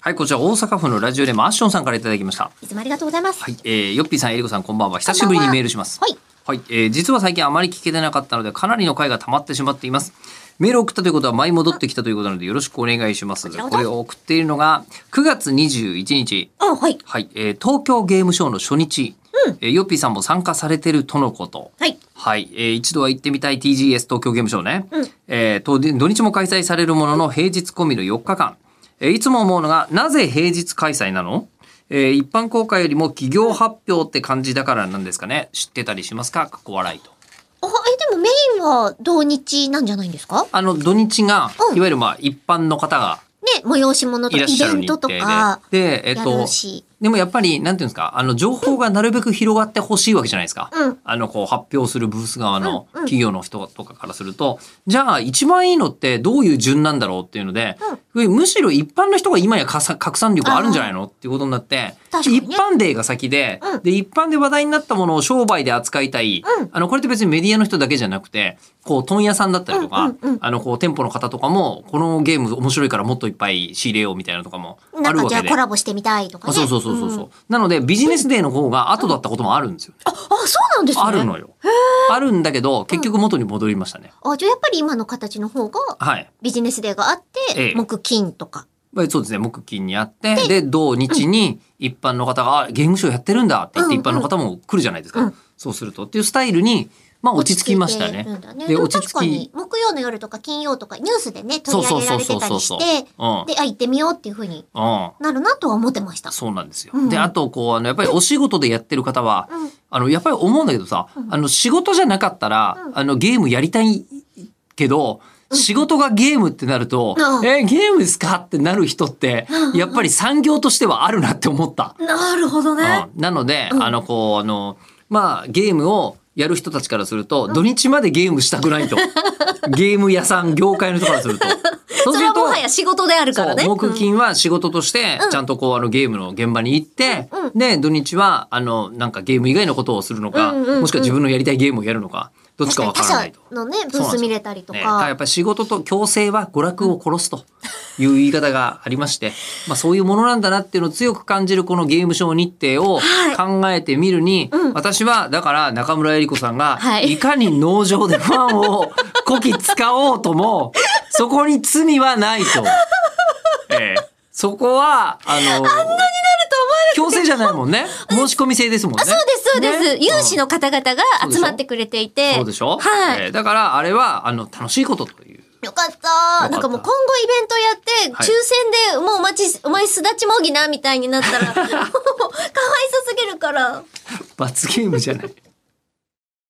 はい、こちら大阪府のラジオでもアッションさんからいただきました。いつもありがとうございます。はい、えー、よっぴーさん、えりこさん、こんばんは。久しぶりにメールします。はい。はい、えー実は最近あまり聞けてなかったので、かなりの回が溜まってしまっています。メールを送ったということは舞い戻ってきたということなので、よろしくお願いします。こちらこそこれを送っているのが、9月21日、あ、はい。はい、えー東京ゲームショウの初日、えーよっぴーさんも参加されてるとのこと。はい。はい、えー一度は行ってみたい TGS 東京ゲームショウね、うんえー当日土日も開催されるものの平日込みの4日間、えーいつも思うのがなぜ平日開催なの、えー一般公開よりも企業発表って感じだからなんですかね知ってたりしますか過去笑いとあ、え、でもメインは同日なんじゃないんですかあの土日が、うんいわゆるまあ一般の方がね、催し物といからっイしゃベるン日ト程とでかでえっやとるし。でもやっぱりなんていうんですかあの情報がなるべく広がってほしいわけじゃないですか、うんあのこう発表するブース側のうんうん企業の人とかからすると、じゃあ一番いいのってどういう順なんだろうっていうので、むしろ一般の人が今やかさ拡散力あるんじゃないのっていうことになって、確かに一ね般デーが先で,、うんで一般で話題になったものを商売で扱いたい、うんあのこれって別にメディアの人だけじゃなくてこう問屋さんだったりとか、うんうんうんあのこう店舗の方とかもこのゲーム面白いからもっといっぱい仕入れようみたいなのとかもあなんるかわじゃけあでコ。ラボしてみたいとかあね。そうそうそうそうそう、んなのでビジネスデーの方が後だったこともあるんですよね、あ、あ、そうなんですね。あるのよあるんだけど結局元に戻りましたね、あ、じゃあやっぱり今の形の方がはいビジネスデーがあっええて、木金とか。まあそうですね木金にあってで同日に一般の方があ「ゲームショーやってるんだ」って言ってうん一般の方も来るじゃないですか、うんそうするとっていうスタイルにまあ落ち着きましたね落ち着いてるんだねででも落ち確着かにき木曜の夜とか金曜とかニュースでね、取そうりそ上うげそらうれそてうそたうりそしうて、うんで、あ、行ってみようっていうふうにうんなるなとは思ってました。そうなんですよ、うんであとこうあのやっぱりお仕事でやってる方は、うんあのやっぱり思うんだけどさ、あの仕事じゃなかったら、うんあのゲームやりたいけど、仕事がゲームってなると、うんえゲームですかってなる人って、うんやっぱり産業としてはあるなって思った。なるほどね。うんなので、うんあのこうあのまあゲームをやる人たちからすると、土日までゲームしたくない とゲーム屋さん業界の人からすると。そうそすれるはもとはや仕事であるからね。そう木うん金は仕事としてうんちゃんとこうあのゲームの現場に行って、うんうんで土日はあのなんかゲーム以外のことをするのか、うんうんうんもしくは自分のやりたいゲームをやるのかどっち確かかわにか他らない社と。のね、そブうーなんでスすよ見れたりとね、だからやかっ。ぱり仕事と強制は娯楽を殺すという言い方がありまして、まあそういうものなんだなっていうのを強く感じるこのゲームショー日程をはい考えてみるに、うん私はだから中村江里子さんがはいいかに農場でファンをこき使おうと も、そこに罪はないと。ええそこは、あの、強制じゃないもんね。申し込み制ですもんね。そうです、そうでねす。有志の方々がうん集まってくれていて。そうでしょはいえ。えだから、あれは、あの、楽しいことという。よかっよたかったなんかもう今後イベントやって、はい抽選でもうお待ち、お前すだ ちもぎな、みたいになったら、もう、かわいそすぎるから。罰ゲームじゃない。